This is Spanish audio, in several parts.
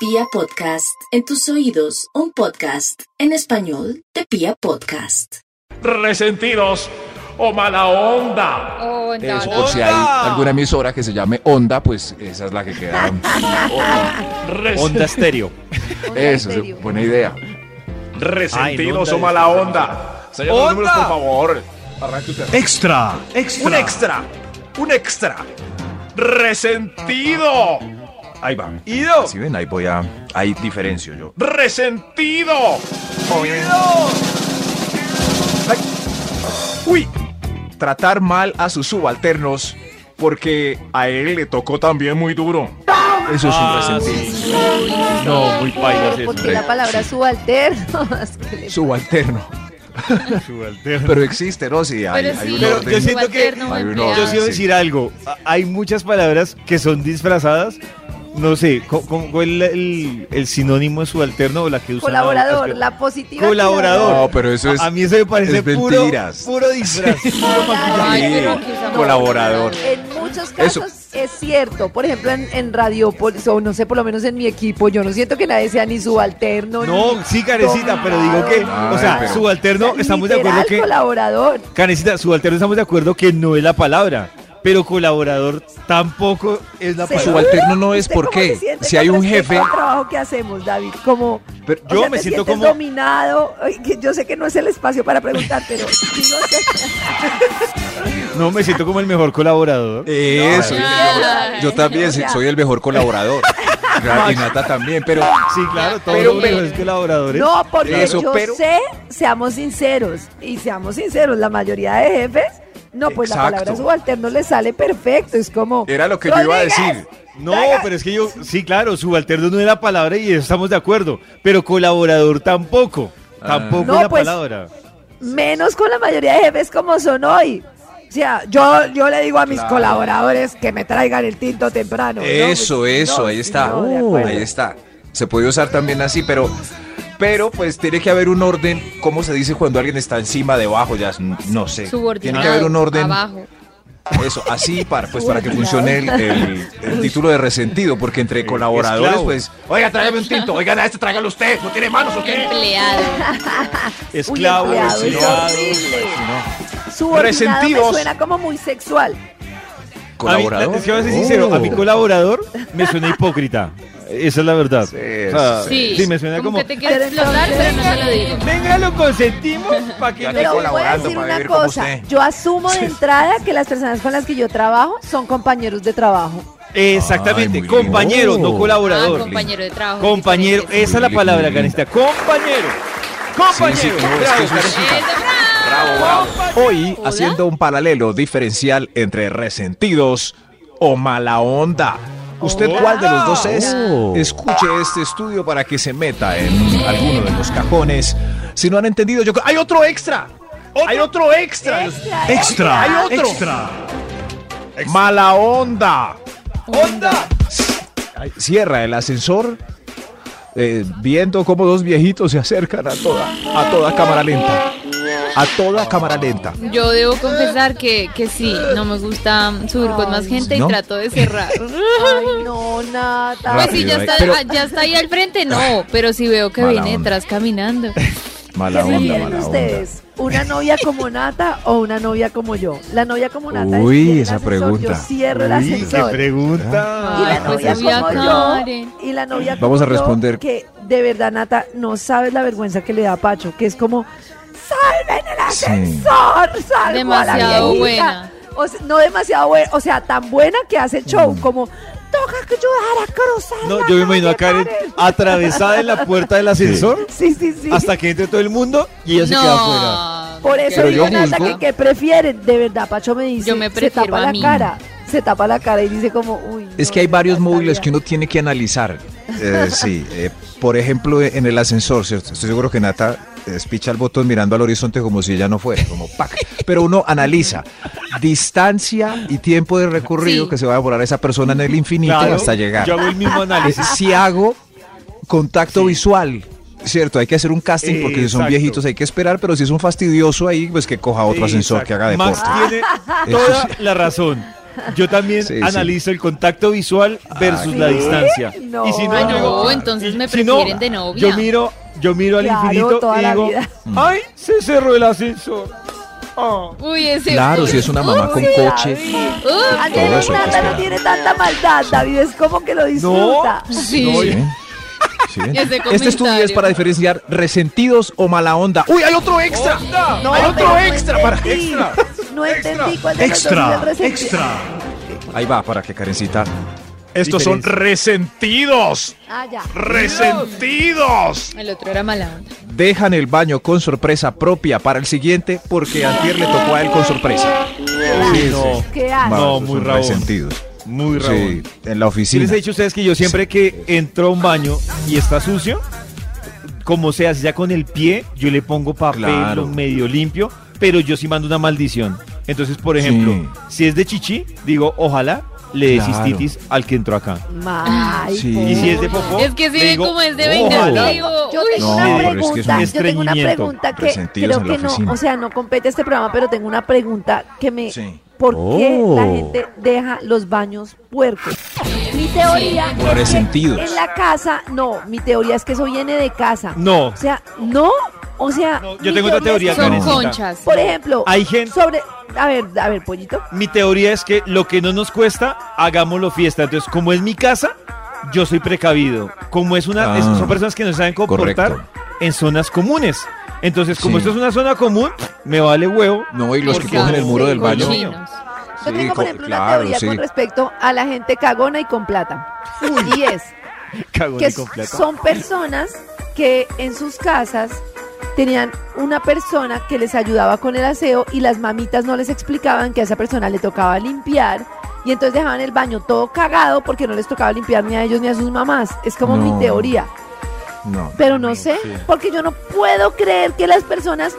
Pia Podcast, en tus oídos, un podcast en español de Pia Podcast. resentidos o mala onda. Oh, no, Eso, no. por si hay alguna emisora que se llame Onda, pues esa es la que queda. Res- Onda estéreo. Eso, es buena idea. resentidos Ay, no, o mala onda. Señor, los números, por favor. Arranque usted. Extra, Un extra. Un extra. Resentido. Ahí van. Ido. Si ven, ahí voy a. Ahí diferencio yo. Resentido. Uy. Tratar mal a sus subalternos porque a él le tocó también muy duro. Eso es un Ah, resentido. No, muy pailas eso. Porque la palabra subalterno. es que le- Subalterno. Pero existe, ¿no? Sí, hay, hay un Pero orden. yo siento que- subalterno, Hay un empleado. orden. Yo quiero decir algo. A- Hay muchas palabras que son disfrazadas. No sé, co- co- ¿cuál es el, el sinónimo de subalterno o la que usan? Colaborador, ahora? la positiva. Colaborador. No, pero eso es. A mí eso me parece es puro, mentiras. puro disfraz. colaborador. Sí, colaborador. En muchos casos es cierto. Por ejemplo, en, en Radiopolis, o no sé, por lo menos en mi equipo, yo no siento que nadie sea ni subalterno. ni No, sí, Carecita, pero digo que, o sea, Ay, pero- subalterno, estamos de acuerdo literal que... colaborador. Carecita, subalterno estamos de acuerdo que no es la palabra, pero colaborador tampoco es ¿Seguro? la palabra. Subalterno no es ¿Usted por cómo qué? se siente Si hay con un respecto jefe- al trabajo que hacemos, David, como Pero o yo sea, me te siento sientes como- dominado. Ay, que Yo sé que no es el espacio para preguntar, pero sí no sé. No, me siento como el mejor colaborador. Eso, yo- Ay, yo también sí, ya. soy el mejor colaborador. Y Nata también, pero Sí, claro, todos Pero- los pero- mejores colaboradores. No, porque Eso, yo pero- sé, seamos sinceros, y seamos sinceros, la mayoría de jefes, no, pues la Exacto. palabra subalterno le sale perfecto, es como... era lo que yo iba a "Rodríguez, decir. No, pero es que yo, sí, claro, subalterno no es la palabra y eso estamos de acuerdo, pero colaborador tampoco. Ah. Tampoco No, es la pues- palabra. Menos con la mayoría de jefes como son hoy. O sea, yo, yo le digo a mis Claro. colaboradores que me traigan el tinto temprano. ¿no? Eso, Pues, eso, no, ahí está. no, de Uh, acuerdo. ahí está. Se puede usar también así, pero pero pues tiene que haber un orden, ¿cómo se dice cuando alguien está encima, debajo? Ya n- no sé. Tiene que haber un orden. Eso, así para pues para que funcione el, el- el título de resentido, porque entre colaboradores Eh, esclavo. pues, oiga, tráigame un tinto, oiga, a este tráigalo usted, no tiene manos o qué? Esclavo, empleado, es esclavo. horrible. no. Subordinado me Resentidos. suena como muy sexual. A mí, Colaborador. es que voy a ser sincero, a mi Oh. colaborador me suena hipócrita. Esa es la verdad. Sí, O sea, sí. sí, me suena como, que te quiere explotar, pero no se lo digo. venga, lo consentimos para que Ya no te Pero voy a colaborando decir para una vivir como cosa. usted. Yo asumo de entrada que las personas con las que yo trabajo son compañeros de trabajo. Exactamente, Ay, muy compañero, bien. no colaborador. Ah, compañero de trabajo. Compañero, diferente. esa es la Muy palabra, bien. Canista. Compañero. Compañero. Sí, sí, no, es que eso es- Eso, bravo. Bravo, bravo. Hoy haciendo un paralelo diferencial entre resentidos o mala onda. ¿Usted cuál de los dos es? Oh. Escuche este estudio para que se meta en alguno de los cajones. Si no han entendido, yo creo- ¡Hay otro extra! ¡Hay otro extra! Extra, ¡Hay otro! ¡Mala onda! ¡Onda! Cierra el ascensor eh, viendo cómo dos viejitos se acercan a toda, a toda cámara lenta. A toda cámara lenta. Yo debo confesar que, que sí, no me gusta subir con más gente ¿No? y trato de cerrar. Ay, no, nada. Pues si ya Rápido, está, pero- ah, ya está ahí al frente, no, pero si veo que Mala viene onda. detrás caminando. Mala ¿Qué onda, prefieren mala onda. ustedes? ¿Una novia como Nata o una novia como yo? La novia como Nata. es Uy, que en el esa ascensor pregunta. Yo cierro el Uy, qué ascensor. pregunta. Y la Ay, pues novia obvia, como yo, Karen. y la novia como Vamos a yo, responder. que de verdad, Nata, no sabes la vergüenza que le da a Pacho, que es como, ¡salven el Sí. ascensor! ¡Salvo Demasiado a la viejita". buena. O sea, no demasiado buena, o sea, tan buena que hace el show, Mm. como, toca que ayudar a cruzar No, la yo me imagino a calle, Karen atravesada en la puerta del ascensor Sí, sí, sí. hasta que entre todo el mundo y ella se queda afuera. No. Por eso Pero digo, yo Nata, juzgo. que, que prefieren, de verdad, Pacho me dice, Yo me se prefiero tapa a la mí. cara, se tapa la cara y dice como, uy. Es no, que hay de varios verdad, móviles esta que uno tiene que analizar. Eh, sí, eh, por ejemplo, en el ascensor, ¿cierto? Estoy seguro que Nata eh, espicha el botón mirando al horizonte como si ella no fuera, como pac. Pero uno analiza distancia y tiempo de recorrido Sí. que se va a demorar esa persona en el infinito Claro, hasta llegar. Yo hago el mismo Eh, análisis. si hago contacto visual, ¿cierto? Hay que hacer un casting porque si son Exacto. viejitos hay que esperar, pero si es un fastidioso ahí, pues que coja otro ascensor que haga Max deporte. tiene Eso toda la razón. Yo también Sí, sí. analizo el contacto visual versus ¿sí? la distancia. No. y si no, Ah, yo digo, no, entonces me si no, prefieren de novia. Yo miro, yo miro al Claro, infinito toda y la digo, vida. ay, se cerró el ascensor. Ah. Uy, ese. ¡Uh! Claro, uy, si es una mamá con Uy, coche. David. uy, Todo Ángel eso hay que Nata no esperar. tiene tanta maldad, David. Es como que lo disfruta. sí. No, Sí, sí. Ese Este estudio es comentario. para diferenciar resentidos o mala onda. ¡Uy, hay otro extra! No, ¡Hay pero otro no extra! Para... entendí. No entendí cuál de los dos es el Extra, resentido. extra. Ahí va, para que Karencita. Estos son resentidos. Ah, ya. Resentidos. El otro era mala onda. Dejan el baño con sorpresa propia para el siguiente porque antier le tocó a él con sorpresa. Sí, sí. ¿Qué haces? No, esos muy son rabón. resentidos. Muy raro. Sí, en la ¿Sí oficina. les he dicho a ustedes que yo siempre que entro a un baño y está sucio, como sea, si sea con el pie, yo le pongo papel Claro. lo medio limpio, pero yo sí mando una maldición. Entonces, por ejemplo, si es de chichi, digo, ojalá le des Claro. cistitis al que entró acá. Ay, Sí. Y si es de pobre. popó, Es que si le ven digo, como es de "Ojalá". 20 digo, Yo uy, tengo No, una pero es que es pregunta, un yo tengo una estreñimiento. pregunta que Resentidos creo en la que no, oficina. o sea, no compete este programa, pero tengo una pregunta que me... Sí. ¿Por qué la Oh. gente deja los baños puercos? Mi teoría Por es que resentidos. en la casa, no, mi teoría es que eso viene de casa. No, O sea, no, o sea... No, yo mi tengo es otra que teoría, son Karencita. conchas. Por ejemplo, Hay gente- sobre... A ver, a ver, pollito. mi teoría es que lo que no nos cuesta, hagámoslo fiesta. Entonces, como es mi casa, yo soy precavido. Como es una, Ah, es- son personas que no saben comportar correcto. en zonas comunes. Entonces, como Sí. esto es una zona común, me vale huevo. No, y los que Porque cogen el son muro del baño. cochinos. Cochinos. Yo Sí, tengo, co- por ejemplo, una claro, teoría sí. con respecto a la gente cagona y con plata. Y es Cagón que y completo. son personas que en sus casas tenían una persona que les ayudaba con el aseo y las mamitas no les explicaban que a esa persona le tocaba limpiar y entonces dejaban el baño todo cagado porque no les tocaba limpiar ni a ellos ni a sus mamás. Es como No. mi teoría. No. Pero no sé, porque yo no puedo creer que las personas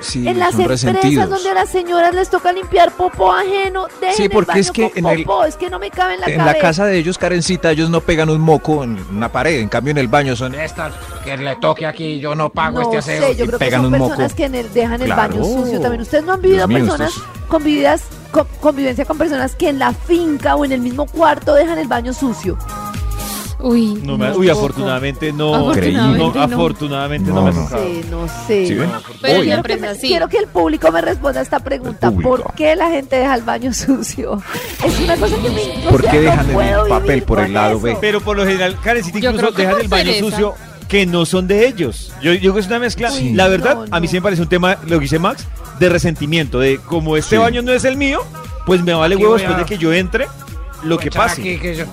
Sí, en las son empresas resentidos. donde a las señoras les toca limpiar popó ajeno, dejen Sí, el porque baño es que con en el- popó, es que no me cabe en la en cabeza. la casa de ellos, Karencita, ellos no pegan un moco en una pared. En cambio, en el baño son estas que le toque aquí, yo no pago no este aseo. sé, yo y creo que pegan son un moco. personas que en el- dejan el Claro. baño sucio también. Ustedes no han vivido Dios mío, personas esto con vividas- con- convivencia con personas que en la finca o en el mismo cuarto dejan el baño sucio. Uy, No me- no, uy, poco. afortunadamente no. Afortunadamente no, no. Afortunadamente no, No, me ha no. tocado. Sí, no sé. ¿Sí ven? Hoy, Pero en la Quiero que, empresa me- sí. quiero que el público me responda esta pregunta. El público. ¿Por qué la gente deja el baño sucio? Es una cosa que me... o ¿Por sea, qué no dejan el puedo papel vivir por el con lado B? eso. Pero por lo general, Karencita Yo incluso creo que dejan por el baño pereza. sucio que no son de ellos. Yo yo creo que es una mezcla. Uy, la no, verdad, a mí no. sí me parece un tema, lo que dice Max, de resentimiento. De como este Sí. baño no es el mío, pues me vale huevo voy después a- de que yo entre lo Pues, que pase.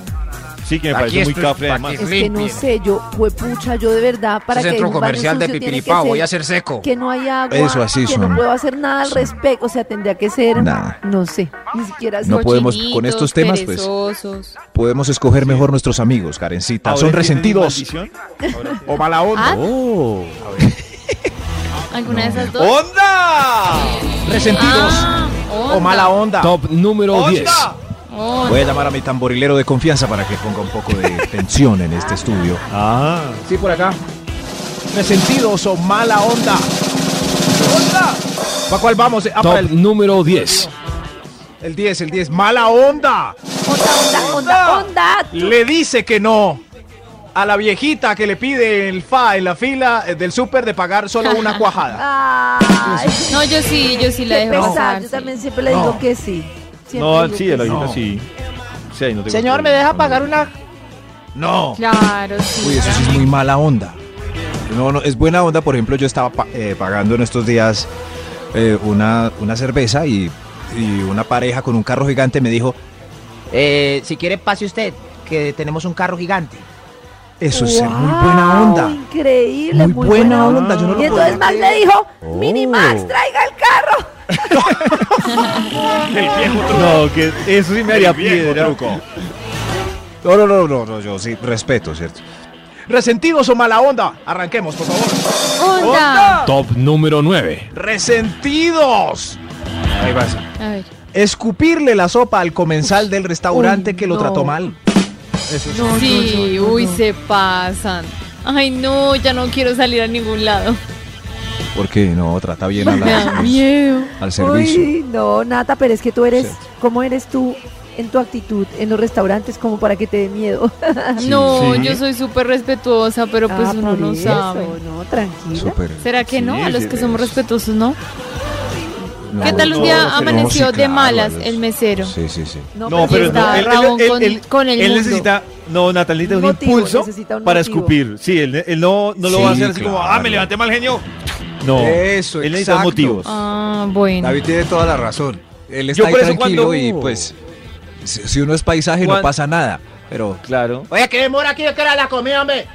Sí, que me Aquí parece muy esto es cafre pa' además. que- Es que no Limpien. sé, yo, pucha, yo de verdad, para que centro haya un baño comercial de sucio tiene que Pipiripao, ser voy a ser seco. Que no hay agua, Eso así que son. no puedo hacer nada al respecto, o sea, tendría que ser, Nada. no sé, ni siquiera No sé. podemos- con estos temas, pues. perezosos. Podemos escoger mejor nuestros amigos, Karencita. Ahora Son tienen resentidos maldición. o mala onda. Ah. Oh. ¿Alguna de esas dos? ¡Onda! Resentidos Ah, o mala onda. Top número 10. ¡Onda! onda. Voy a llamar a mi tamborilero de confianza para que ponga un poco de tensión en este estudio. Ah. Sí, por acá. Resentidos o mala onda. ¡Onda! ¿Para cuál vamos? Ah, para Top el, número 10. el 10, el 10. ¡Mala onda! Onda, onda, onda, onda. Le dice que no a la viejita que le pide el fa en la fila eh, del súper de pagar solo una cuajada. Ay, No, yo sí, yo sí la qué dejo pesar, pasar. yo sí. también siempre le digo que sí. Siempre No, digo sí, que la sí. vida sí. Sí, ahí no tengo Señor, ¿me problema. deja pagar una No. Claro, sí. Uy, eso sí es muy mala onda. No, no, es buena onda. Por ejemplo, yo estaba pa- eh, pagando en estos días eh, una, una cerveza y, y una pareja con un carro gigante me dijo, Eh, si quiere, pase usted, que tenemos un carro gigante. eso es ser muy Wow, buena onda. Increíble, Muy, muy, buena onda. Yo no Y lo entonces podía Oh. Max le dijo, Mini Max, traiga el carro. No, que eso sí me haría piedra. No, no, no, no, no, yo sí, respeto, ¿cierto? Resentidos o mala onda. Arranquemos, por favor. Onda. Top número 9. Resentidos. Ahí vas. A ver. Escupirle la sopa al comensal del restaurante que lo trató mal. sí, uy, se pasan. Ay, no, ya no quiero salir a ningún lado. Porque no, trata bien a la- Me da miedo. al servicio. Uy, no, Nata, pero es que tú eres, Sí. ¿cómo eres tú en tu actitud en los restaurantes como para que te dé miedo. no, sí. yo soy súper respetuosa, pero pues Ah, uno por no eso, sabe. No, tranquila. Súper. ¿Será que no? Sí, A los sí, que es. somos respetuosos, ¿no? No, ¿Qué tal un no, día no, amaneció sí, de claro, malas Alex. el mesero? Sí, sí, sí. No, No, pero pero está no, él, rabón él- con- él- con el él mundo. necesita, no, Natal necesita un Motivo, impulso necesita un para motivo. escupir. Sí, él, él no, no lo va a Sí, hacer así como, ah, claro. me levanté mal genio. No, Eso, él necesita exacto. motivos. Ah, bueno. David tiene toda la razón. Él Yo está ahí por eso tranquilo cuando- y pues si si uno es paisaje no Cuan- pasa nada. Pero, Claro. Oye, ¿qué demora aquí? Yo quiero la comida, hombre.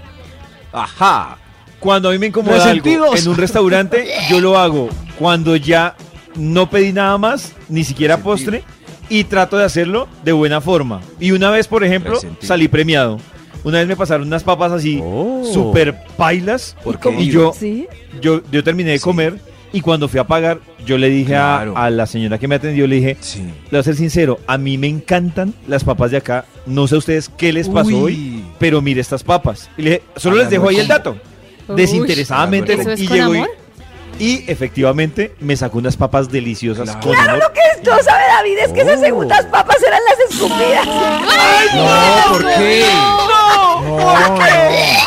ajá. Cuando a mí me incomoda algo Resentidos. en un restaurante, yo lo hago cuando ya no pedí nada más, ni siquiera Resentido. postre, y trato de hacerlo de buena forma. Y una vez, por ejemplo, Resentido. salí premiado. Una vez me pasaron unas papas así, Oh. super pailas, ¿Por qué? y yo, Sí, yo, yo terminé de Sí. comer, y cuando fui a pagar, yo le dije a- Claro. a, la señora que me atendió, le dije, Sí. le voy a ser sincero, a mí me encantan las papas de acá, no sé a ustedes qué les pasó Uy. hoy, pero mire estas papas. Y le dije, solo A la les dejo ahí el noche. dato Uy, desinteresadamente ¿Eso es y con llegó y, amor? y efectivamente me sacó unas papas deliciosas Claro. con honor. no sabe David, es que esas Oh. segundas papas eran las escupidas. No, ¿por qué? No, ¿por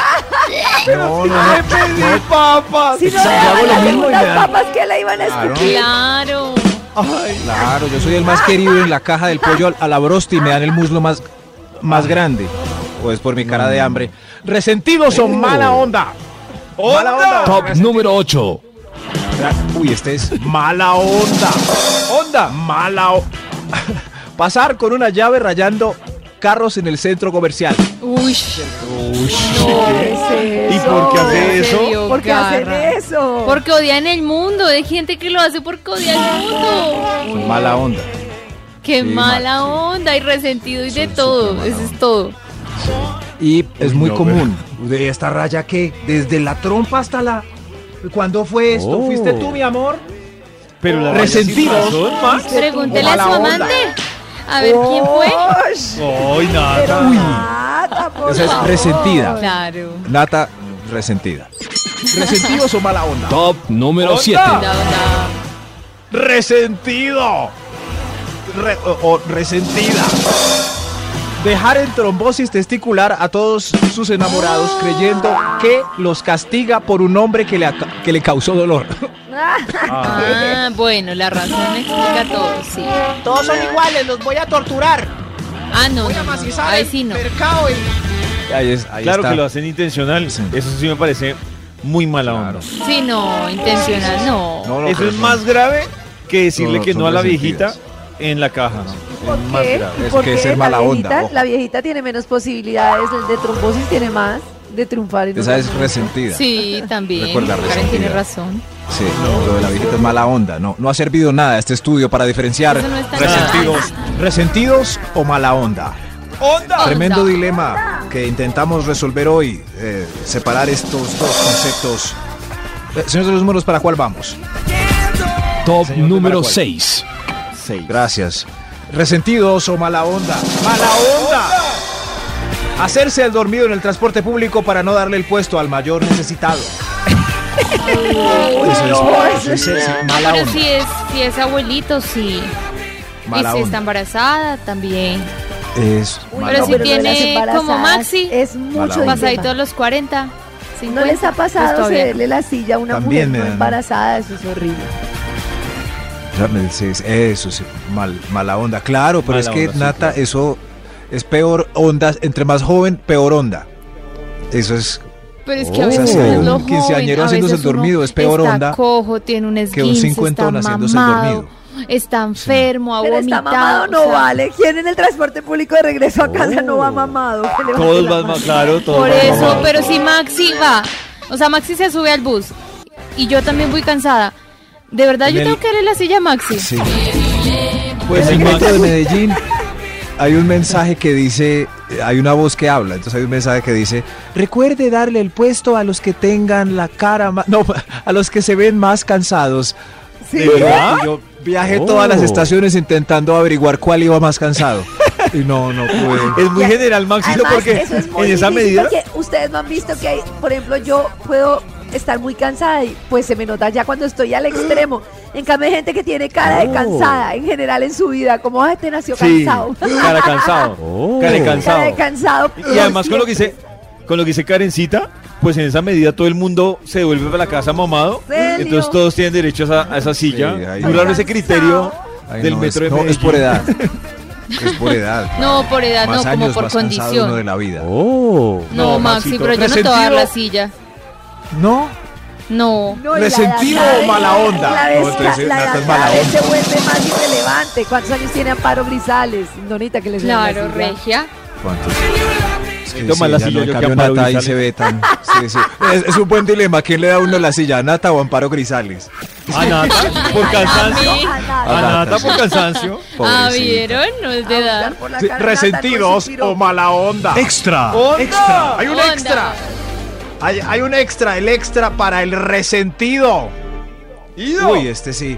qué? No, no, no. papas! Si no le daban las segundas papas que le iban a Claro. escupir. Claro. Claro, yo soy el más querido en la caja del pollo al- a la brosta y me dan el muslo más, más grande. Pues por mi cara de hambre. Resentidos son mala onda. ¡Onda! Top número 8. Uy, este es mala onda. Onda. Mala o- Pasar con una llave rayando carros en el centro comercial. Uy. ¿Qué es ¿Y eso? por qué hace Se eso? dio ¿Por qué garra. hacen eso? Porque odian el mundo. Hay gente que lo hace porque odia el mundo. Mala onda. Qué Sí, mala mal, sí. onda. Y resentido y de Son todo. súper Eso mala es todo. Y es muy no, común. ¿De esta raya qué? Desde la trompa hasta la. ¿Cuándo fue esto? Oh. ¿Fuiste tú, mi amor? Pero la Resentidos. raya sin razón, Max. Pregúntele a su mala onda. amante. A ver quién fue. Osh, ¡Ay, Pero nada! nada, por Esa es favor. resentida. Claro. Nata resentida. ¿Resentidos o mala onda? Top número 7. La onda. resentido Re- o, o resentida. Dejar en trombosis testicular a todos sus enamorados creyendo que los castiga por un hombre que le, aca- que le causó dolor. Ah, bueno, la razón explica todo, sí. Todos son Eh. iguales, los voy a torturar. Ah, no, Voy no, a no, no. macizar Ahí el sí no. mercado. y- Ahí es- ahí Claro está. que lo hacen intencional. Sí. Eso sí me parece muy mala Claro. onda. Sí, no, intencional, no. No, no, Eso pero es no. más grave que decirle No, que son no a la viejita resentidas. en la caja. ¿Por más qué? grave. ¿Y Es por que qué? es ser La mala onda, viejita- ojo. La viejita tiene menos posibilidades, el de trombosis tiene más de triunfar en un Esa es momento. resentida. Sí, también. Recuerda, Karen tiene resentida. razón. Sí, lo de la viejita es mala onda. No, no ha servido nada este estudio para diferenciar Eso no está resentidos, resentidos o mala onda. ¡Onda! Tremendo Onda. dilema que intentamos resolver hoy. eh, separar estos dos conceptos. Eh, señor de los números, ¿para cuál vamos? Top Señor de número Paraguay. 6. Gracias. Resentidos o mala onda. ¡Mala onda! Hacerse el dormido en el transporte público para no darle el puesto al mayor necesitado. eso es, eso es ser- sí, mala Pero onda. si es, si es abuelito, sí. Mala y si está onda. embarazada, también. Es Uy, mala Pero si onda. lo de las tiene como embarazadas Maxi, Es mucho onda. Pasadito a dilema. los 40. ¿No les ha 50, pasado pues, todavía. cederle la silla a una También mujer me no da, ¿no? embarazada? Eso es horrible. Ya me dices, Eso sí, mal- mala onda. Claro, pero Mala es que onda, sí, Nata, claro. eso es peor onda. Entre más joven, peor onda. Eso es Pero es que a Oh. veces O sea, uno es lo un quinceañero joven, a haciéndose el veces uno dormido es peor está onda cojo, tiene un que un esguince, cincuentón está haciéndose el mamado, dormido. está enfermo, ha Pero está mamado vomitado. no o sea, vale. ¿Quién en el transporte público de regreso a casa no Oh. va mamado? Que levante Todos la van mano. más claro, todos Por van eso, mamados. pero si Maxi va, o sea, Maxi se sube al bus y yo también voy cansada. De verdad, En yo el- tengo que darle la silla a Maxi. Sí. Pues Pero en el que- metro de Medellín hay un mensaje que dice, hay una voz que habla, entonces hay un mensaje que dice, recuerde darle el puesto a los que tengan la cara más, no, a los que se ven más cansados. ¿De verdad? Yo- Viajé Oh. todas las estaciones intentando averiguar cuál iba más cansado. Y no, no pude. Es muy Ya. general, Maxito, Además, porque eso es muy en esa difícil medida... porque ustedes no han visto que hay, por ejemplo, yo puedo estar muy cansada y pues se me nota ya cuando estoy al extremo. En cambio hay gente que tiene cara de cansada en general en su vida, como "Ay, este nació Oh. Sí, cansado. cara cansado. Oh. Cara de Cara de cansado. cansado. Y además con lo que dice, con lo que dice Karencita, pues en esa medida todo el mundo se vuelve para la casa mamado. ¿Serio? Entonces todos tienen derecho a esa, a esa silla. Sí, ahí Muy no. raro ese criterio Ay, del no, metro es, de no, es Medellín. por edad. es por edad. No, por edad, Más no, como años, por más cansado condición. uno de la vida. Oh. No, Maxi, pero yo no te voy a dar la silla. No, No. No, y la ¿Resentido edad- o mala onda? La vez, No, entonces, la- la Nata es edad mala cada vez onda. se vuelve más irrelevante. ¿Cuántos años tiene Amparo Grisales? Donita, que les den Pues la Claro, silla. regia. Ah, ¿Cuántos? Es que Toma sí, la ya silla, no, en yo que cambio Amparo Nata ahí Grisales. se ve tan- sí, sí. Es, es un buen dilema. ¿Quién le da uno la silla, a Nata o Amparo Grisales? A Nata, por cansancio. mí. Ah, nada. A Nata por cansancio. Ah, Pobrecita. ¿vieron? No es A de buscar edad. por la Sí, carnata con resentidos suspiro. o mala onda. Extra. Extra. Hay un Onda. extra. Hay, hay un extra, el extra para el resentido. Ido. Uy, este sí.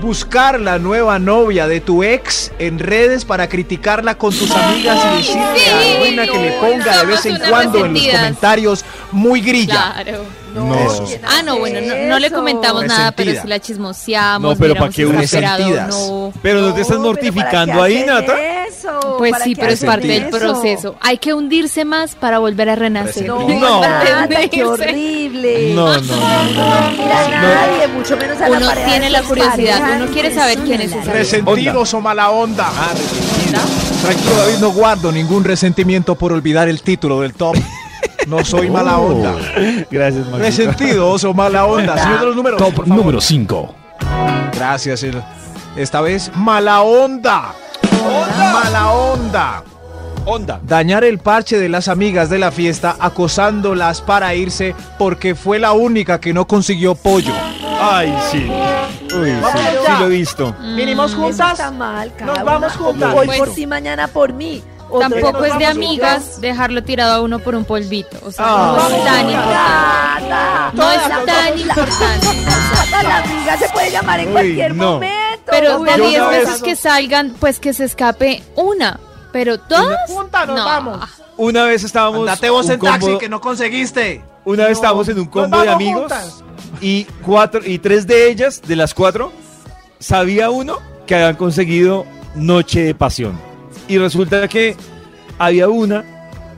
Buscar la nueva novia de tu ex en redes para criticarla con tus amigas y decirle sí! a buena que le ponga de Somos vez en unas cuando en los resentidas. comentarios muy grilla. Claro. No. ¿quién Ah, no, hace bueno, no, no le eso? comentamos nada, pero Resentida. sí la chismoseamos. No, pero miramos ¿para qué si uno está es operado o sentidas? No. Pero no te estás No, pero ¿para mortificando qué ahí, hacen Nata. eso? Pues ¿Para sí, qué pero es hacen parte del eso? proceso. Hay que hundirse más para volver a renacer. No, No. Nata, qué Hundirse. horrible. No, no, no, no, no. No mira a nadie, mucho menos a la Uno pareja tiene de la sus curiosidad, parejas. uno quiere saber quién es esa vieja. Resentidos o mala onda. Ah, Tranquilo, David, no guardo ningún resentimiento por olvidar el título del top. No soy mala Oh. onda. Gracias, Maxito. Resentidos o mala onda. Señor de los números. Top número 5. Gracias. el- Esta vez, Mala onda. Mala onda. Onda. dañar el parche de Las amigas de la fiesta acosándolas para irse porque fue la única que no consiguió pollo. Ay, sí. Uy, sí. Sí lo he visto. Mm, Vinimos Eso está mal, cada Nos vamos una- juntas. Hoy por Bueno. sí, mañana por mí. Otro día Tampoco nos es de vamos amigas juntas. dejarlo tirado a uno por un polvito. O sea, Ah. no es tan importante. Nada. No es La- tan importante. Nata, la amiga se puede llamar en Uy, cualquier no. momento. Pero Uy, de yo 10 una veces vez- que salgan, pues que se escape una. Pero todas. Junta, nos No. vamos. Una vez estábamos. Andate vos un en taxi combo- que no conseguiste. Una vez estábamos en un combo de vamos amigos juntas. y cuatro y tres de ellas, de las cuatro, sabía uno que habían conseguido Noche de Pasión. Y resulta que había una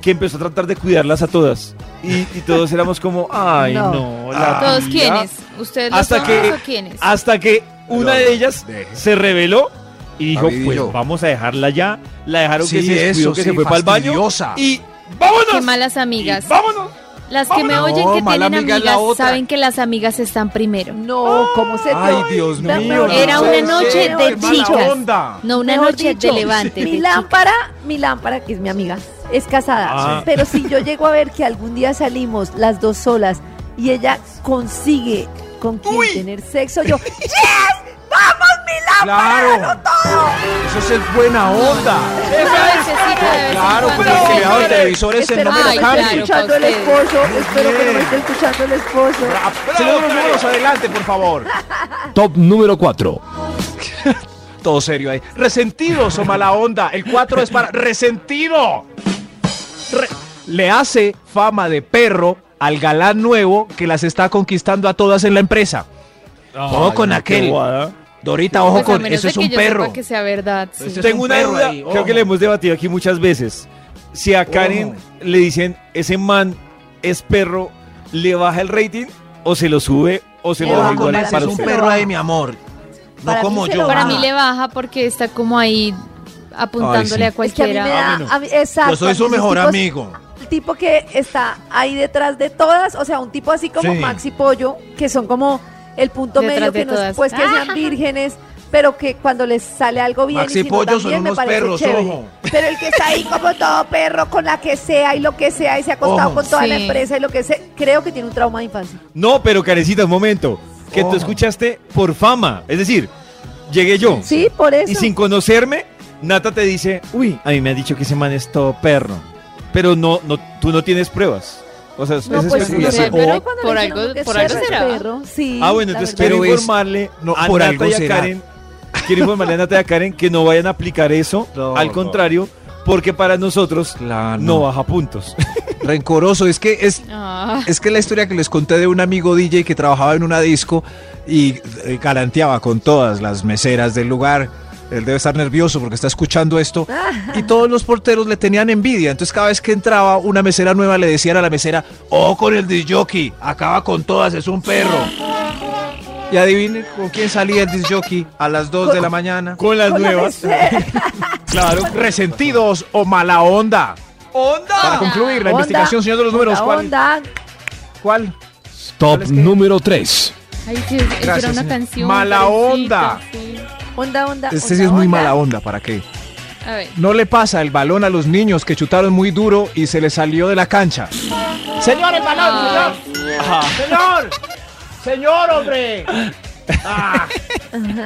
que empezó a tratar de cuidarlas a todas. Y, y todos éramos como, ay, No. no. la Ah. ¿Todos tía". quiénes? ¿Ustedes los Hasta son que- o quiénes? Hasta que una de ellas Deje. se reveló y dijo, David y pues yo. vamos a dejarla ya. La dejaron que Sí, se descuidó, eso, que sí, se fue para el baño. fastidiosa. Y Qué vámonos. malas amigas. Y vámonos. Las que me vámonos. oyen No, que tienen mala amiga es la amigas otra. saben que las amigas están primero. No, ¿cómo se te Ay, olvida? Dios Mejor mío, dicho, Era una noche mejor de dicho, chicas. onda. No, una mejor noche dicho, de levante. de Mi chicas. lámpara, mi lámpara, que es mi amiga, es casada. Ah. Pero si yo llego a ver que algún día salimos las dos solas y ella consigue con quien tener sexo, yo, ¡Yes! ¡Vamos, mi lámpara! Claro. ¡Dalo todo! Eso es el buena onda. Claro, pues No, el que le da no, el televisor es Espero el que número no Ay, me claro, esté cambio. escuchando el pa' ustedes. Ah, esposo. Espero que no me esté escuchando el esposo. Señor de los números, adelante, por favor. Top número 4. Todo serio ahí. Resentidos o mala onda. El 4 es para resentido. Re- le hace fama de perro al galán nuevo que las está conquistando a todas en la empresa. Ojo con aquel. Dorita, ojo Pues a con menos eso de es que un yo sepa perro. que sea verdad. sí. Este es Tengo un una perro duda, ahí, creo ojo. que le hemos debatido aquí muchas veces. Si a Karen Ojo. le dicen, ese man es perro, ¿le baja el rating o se lo sube o se Le lo baja, baja Ojo con igual para para ese es mí un usted? se lo perro baja. ahí, mi amor. Para No como mí se yo. lo Para baja. mí le baja porque está como ahí apuntándole Ay, a Es que a mí cualquiera. me da. Ah, bueno. a mí- exacto. Yo soy su esos mejor tipos- amigo. El tipo que está ahí detrás de todas, o sea, un tipo así como Sí. Maxi Pollo, que son como el punto Detrás medio de que nos, todas. Ah. pues que sean vírgenes, pero que cuando les sale algo bien Maxi y si no Pollo dan son bien, me unos parece perros, chévere. ojo. Pero el que está ahí como todo perro con la que sea y lo que sea y se ha acostado Ojo. con toda la Sí. empresa y lo que sea, creo que tiene un trauma de infancia. No, pero Karencita, un momento. Que Ojo. tú escuchaste por fama. Es decir, llegué yo. Sí, por eso. Y sin conocerme, Nata te dice, uy, a mí me han dicho que ese man es todo perro. Pero no, no, tú no tienes pruebas. O sea, no, es pues, especulación. no sé, especulación. pero O- cuando por le dicen a algo- uno que por es algo perro, será. perro, sí, Ah, bueno, la entonces verdad. quiero Pero es- informarle no, a por Nata algo y a será. Karen. Quiero informarle a Nata y a Karen que no vayan a aplicar eso. No, Ah, al no. contrario, porque para nosotros Claro. no baja puntos. Rencoroso. Es que es, Ah, Es que la historia que les conté de un amigo DJ que trabajaba en una disco y eh, galanteaba con todas las meseras del lugar. Él debe estar nervioso porque está escuchando esto. Y todos los porteros le tenían envidia. Entonces cada vez que entraba una mesera nueva le decían a la mesera, oh con el disjockey, acaba con todas, es un perro. Y adivinen con quién salía el disjockey a las 2 de la mañana. Con las nuevas. Claro, resentidos o mala onda. Para concluir Onda, la investigación, señor de los números, onda, ¿cuál? onda. ¿Cuál? Top número 3. ay, que es- era Gracias, una señora. canción. Mala parecita, onda. sí. Onda, onda. Ah, Este sí onda, es muy onda. mala onda, ¿para qué? A ver. No le pasa el balón a los niños que chutaron muy duro y se les salió de la cancha. Señor, el Ah. balón, señor. Señor, señor, hombre.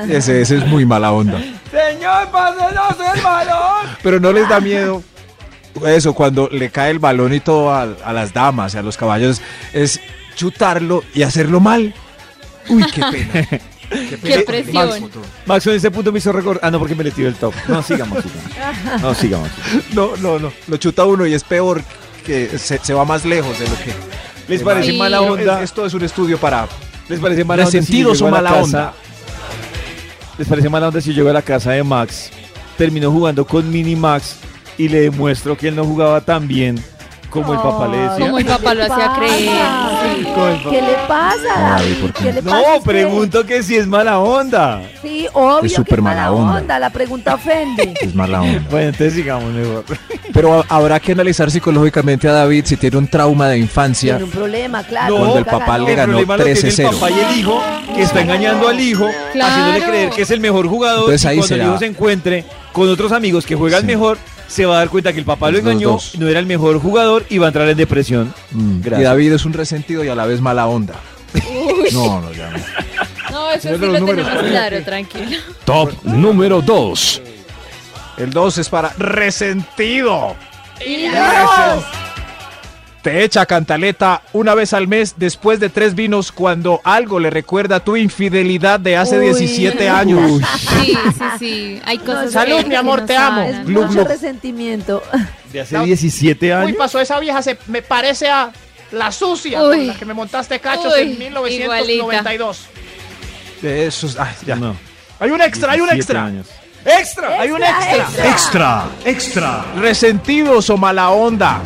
Ese, ese es muy mala onda. Señor, pásenos el balón. Pero no les da miedo. Eso, cuando le cae el balón y todo a, a las damas y a los caballos, es chutarlo y hacerlo mal. Uy, qué pena. Qué presión. Max, en este punto me hizo recordar. Ah, no, porque me le tiró el top. No, sigamos. sigamos. No, sigamos. No, no, no. Lo chuta uno y es peor que se, se va más lejos de lo que. ¿Les Eh, parece Sí. mala onda? Esto es un estudio para. ¿Les parece mala onda? si Resentidos yo o llego a la casa- mala onda? ¿Les parece mala onda si yo llego a la casa de Max, termino jugando con Mini Max y le demuestro que él no jugaba tan bien como el papá le decía? Como el ¿Qué papá lo le hacía pasa? creer, sí. Como el papá. ¿Qué le pasa, David? ¿Qué le pasa a No, usted? pregunto que si es mala onda. Sí, obvio Es que súper es mala mala onda. onda. La pregunta ofende. Es mala onda. Bueno, entonces sigamos mejor. Pero ha- habrá que analizar psicológicamente a David si tiene un trauma de infancia. Tiene un problema, claro. No, Cuando el nunca papá ganó. le ganó problema lo tiene el 13-0. papá y el hijo que está engañando al hijo, Claro. haciéndole creer que es el mejor jugador. Entonces y ahí cuando será. el hijo se encuentre con otros amigos que juegan Sí. mejor, se va a dar cuenta que el papá lo Los engañó, dos. no era el mejor jugador y va a entrar en depresión. Mm, Y Gracias. David es un resentido y a la vez mala onda. No, no, ya no. No, eso sí Señor de lo los números. tenemos claro, tranquilo. Top número 2. El 2 es para resentido. Te echa cantaleta una vez al mes después de tres vinos cuando algo le recuerda tu infidelidad de hace Uy. 17 años. Sí, sí, sí. Hay cosas No, salud, que- mi que amor, no te amo. sanan. Es Glu, mucho glu. resentimiento. De hace 17 años. pasó esa vieja, se me parece a la sucia con Uy. la que me montaste cachos Uy, en 1992. De esos. ay, ya. No, Hay un extra, hay un 17 extra. años. Extra, hay un extra. Extra, extra. Resentidos o mala onda.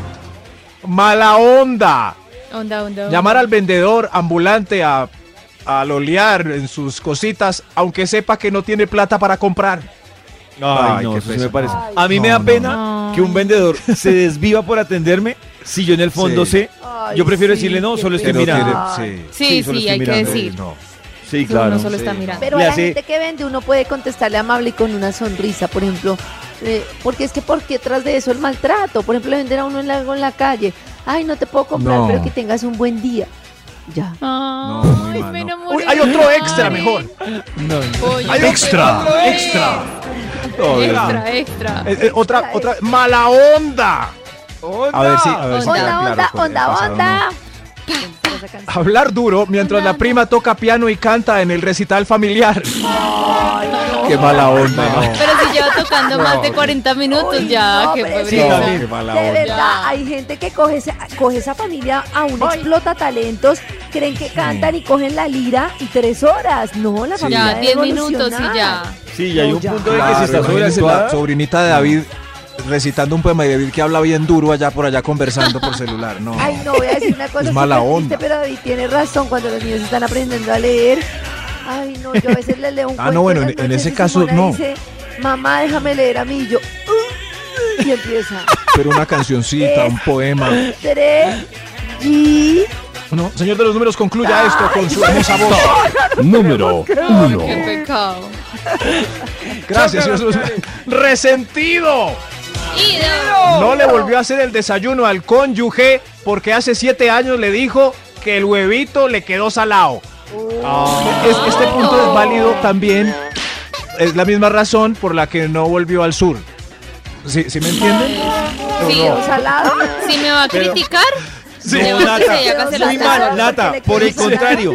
Mala onda. Onda, onda. onda. Llamar al vendedor ambulante a, a lolear en sus cositas, aunque sepa que no tiene plata para comprar. Ay, Ay, no, qué eso sí pesa. me parece. a mí me No, da no, pena no. que un vendedor se desviva por atenderme si yo en el fondo Sí. sé. Ay, Yo prefiero sí, decirle no, qué solo estoy Que no pena. mirando. tiene- sí. Sí, Sí, solo sí, estoy hay que mirando, decir. No. Sí, que claro. Uno solo está sí, mirando. Pero Le a la hace- gente que vende uno puede contestarle amable y con una sonrisa, por ejemplo. eh, porque es que ¿por qué tras de eso el maltrato? Por ejemplo, vender a uno en la, en la calle. Ay, no te puedo comprar, No. pero que tengas un buen día. Ya. Ay, No, muy mal, me no. enamoré. Uy, hay otro extra Ay, mejor. pollo, Hay otro Extra, extra. Extra, extra. Eh, eh, otra, otra. Mala onda. A ver si, a ver si Onda, queda claro onda, con el onda, pasado, onda. Hablar duro mientras la prima toca piano y canta en el recital familiar. ¿no? Qué mala onda. no. Pero si lleva tocando más de 40 minutos Uy, ya, no, qué pero pobreza. es No, Sí, qué mala De onda. verdad, hay gente que coge esa, coge esa familia, aún explota talentos, creen que cantan y cogen la lira y tres horas. No, la familia Ya, debe 10 minutos y evolucionar. ya. Sí, y hay No, un ya. punto de que Claro, si está imagínense sobreactuada, la sobrinita de David recitando un poema y David que habla bien duro allá por allá conversando por celular. No. Ay, no, voy a decir una cosa. Es mala súper onda. triste, pero David tiene razón cuando los niños están aprendiendo a leer. Ay, no, yo a veces le leo un Ah, cuento no, bueno, las en- en noches ese y caso, Simona no. dice, mamá, déjame leer a mí. Y yo, "Uh", y empieza. Pero una cancioncita, un poema. 3 G. No, señor de los números, concluya esto con su hermosa voz. Número Qué 1. pecado. Gracias, señor de los números. Resentido. No le volvió a hacer el desayuno al cónyuge porque hace siete años le dijo que el huevito le quedó salado. Ah, Es- este punto es válido también. Es la misma razón por la que no volvió al sur. ¿Sí, sí me entienden? Sí, Salado. si me va a criticar, No, Levántese Nata, y hágase las muy tazas. mal, Nata. Porque le Por el queremos contrario,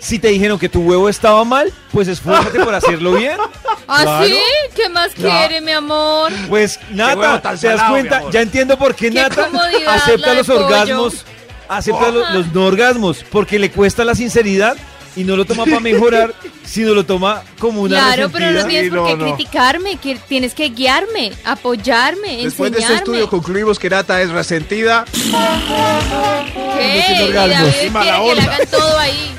si te dijeron que tu huevo estaba mal, pues esfuérzate por hacerlo bien. ¿Ah, Claro. sí? ¿Qué más quiere, mi amor? Pues huevo Nata, tan ¿te das salado, mi cuenta? amor. Ya entiendo por qué, Qué Nata comodidad, la acepta de los pollo. orgasmos, acepta lo- los, no orgasmos, porque le cuesta la sinceridad y no lo toma para mejorar, sino lo toma como una Claro, pero no resentida. tienes Sí, por qué no, no. criticarme, que tienes que guiarme, apoyarme, Después de este enseñarme. estudio concluimos que Nata es resentida. ¿Qué? tiene Y orgasmos. David Y quiere mala que le onda. hagan todo ahí.